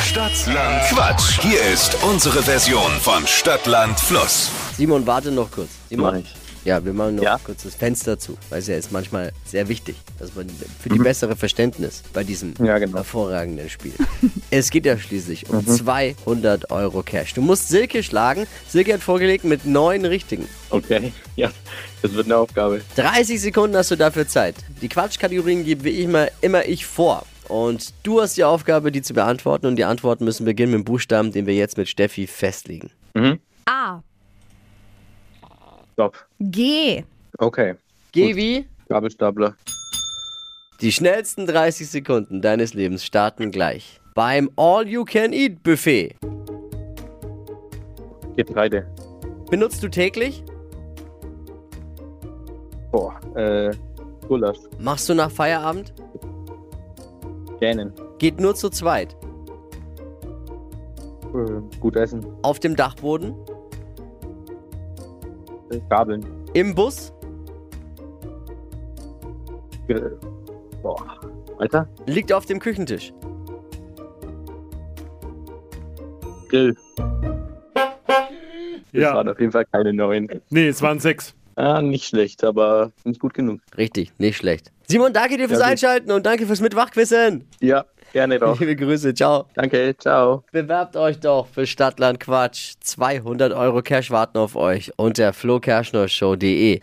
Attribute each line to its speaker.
Speaker 1: Stadtland Quatsch. Hier ist unsere Version von Stadtland Fluss.
Speaker 2: Simon, warte noch kurz.
Speaker 3: Mach
Speaker 2: Simon,
Speaker 3: ich.
Speaker 2: ja, wir machen noch
Speaker 3: Ja?
Speaker 2: kurz das Fenster zu. Weißt du, ja, ist manchmal sehr wichtig, dass man für die bessere Verständnis bei diesem
Speaker 3: Mhm. Ja, genau. Mhm.
Speaker 2: hervorragenden Spiel. es geht ja schließlich um 200 Euro Cash. Du musst Silke schlagen. Silke hat vorgelegt mit neun richtigen.
Speaker 3: Okay, ja, das wird eine Aufgabe.
Speaker 2: 30 Sekunden hast du dafür Zeit. Die Quatschkategorien gebe ich immer, immer ich vor. Und du hast die Aufgabe, die zu beantworten. Und die Antworten müssen beginnen mit dem Buchstaben, den wir jetzt mit Steffi festlegen.
Speaker 4: A.
Speaker 3: Stopp.
Speaker 4: G.
Speaker 3: Okay,
Speaker 2: Geh wie?
Speaker 3: Gabelstapler.
Speaker 2: Die schnellsten 30 Sekunden deines Lebens starten gleich beim All-You-Can-Eat-Buffet.
Speaker 3: Getreide.
Speaker 2: Benutzt du täglich?
Speaker 3: Boah, äh, Gulasch.
Speaker 2: Machst du nach Feierabend?
Speaker 3: Gähnen.
Speaker 2: Geht nur zu zweit?
Speaker 3: Äh, gut essen.
Speaker 2: Auf dem Dachboden?
Speaker 3: Äh, Gabeln.
Speaker 2: Im Bus?
Speaker 3: Ge Boah. Alter.
Speaker 2: Liegt auf dem Küchentisch?
Speaker 3: Grill. Das
Speaker 5: Ja.
Speaker 3: waren auf jeden Fall keine neuen.
Speaker 5: Nee, es waren sechs.
Speaker 3: Ah, nicht schlecht, aber nicht gut genug.
Speaker 2: Richtig, nicht schlecht. Simon, danke dir fürs
Speaker 3: Ja, gut.
Speaker 2: Einschalten und danke fürs Mitwachquissen.
Speaker 3: Ja, gerne doch.
Speaker 2: Liebe Grüße, ciao.
Speaker 3: Danke, ciao.
Speaker 2: Bewerbt euch doch für Stadtland Quatsch. 200 Euro Cash warten auf euch unter flokerschnershow.de.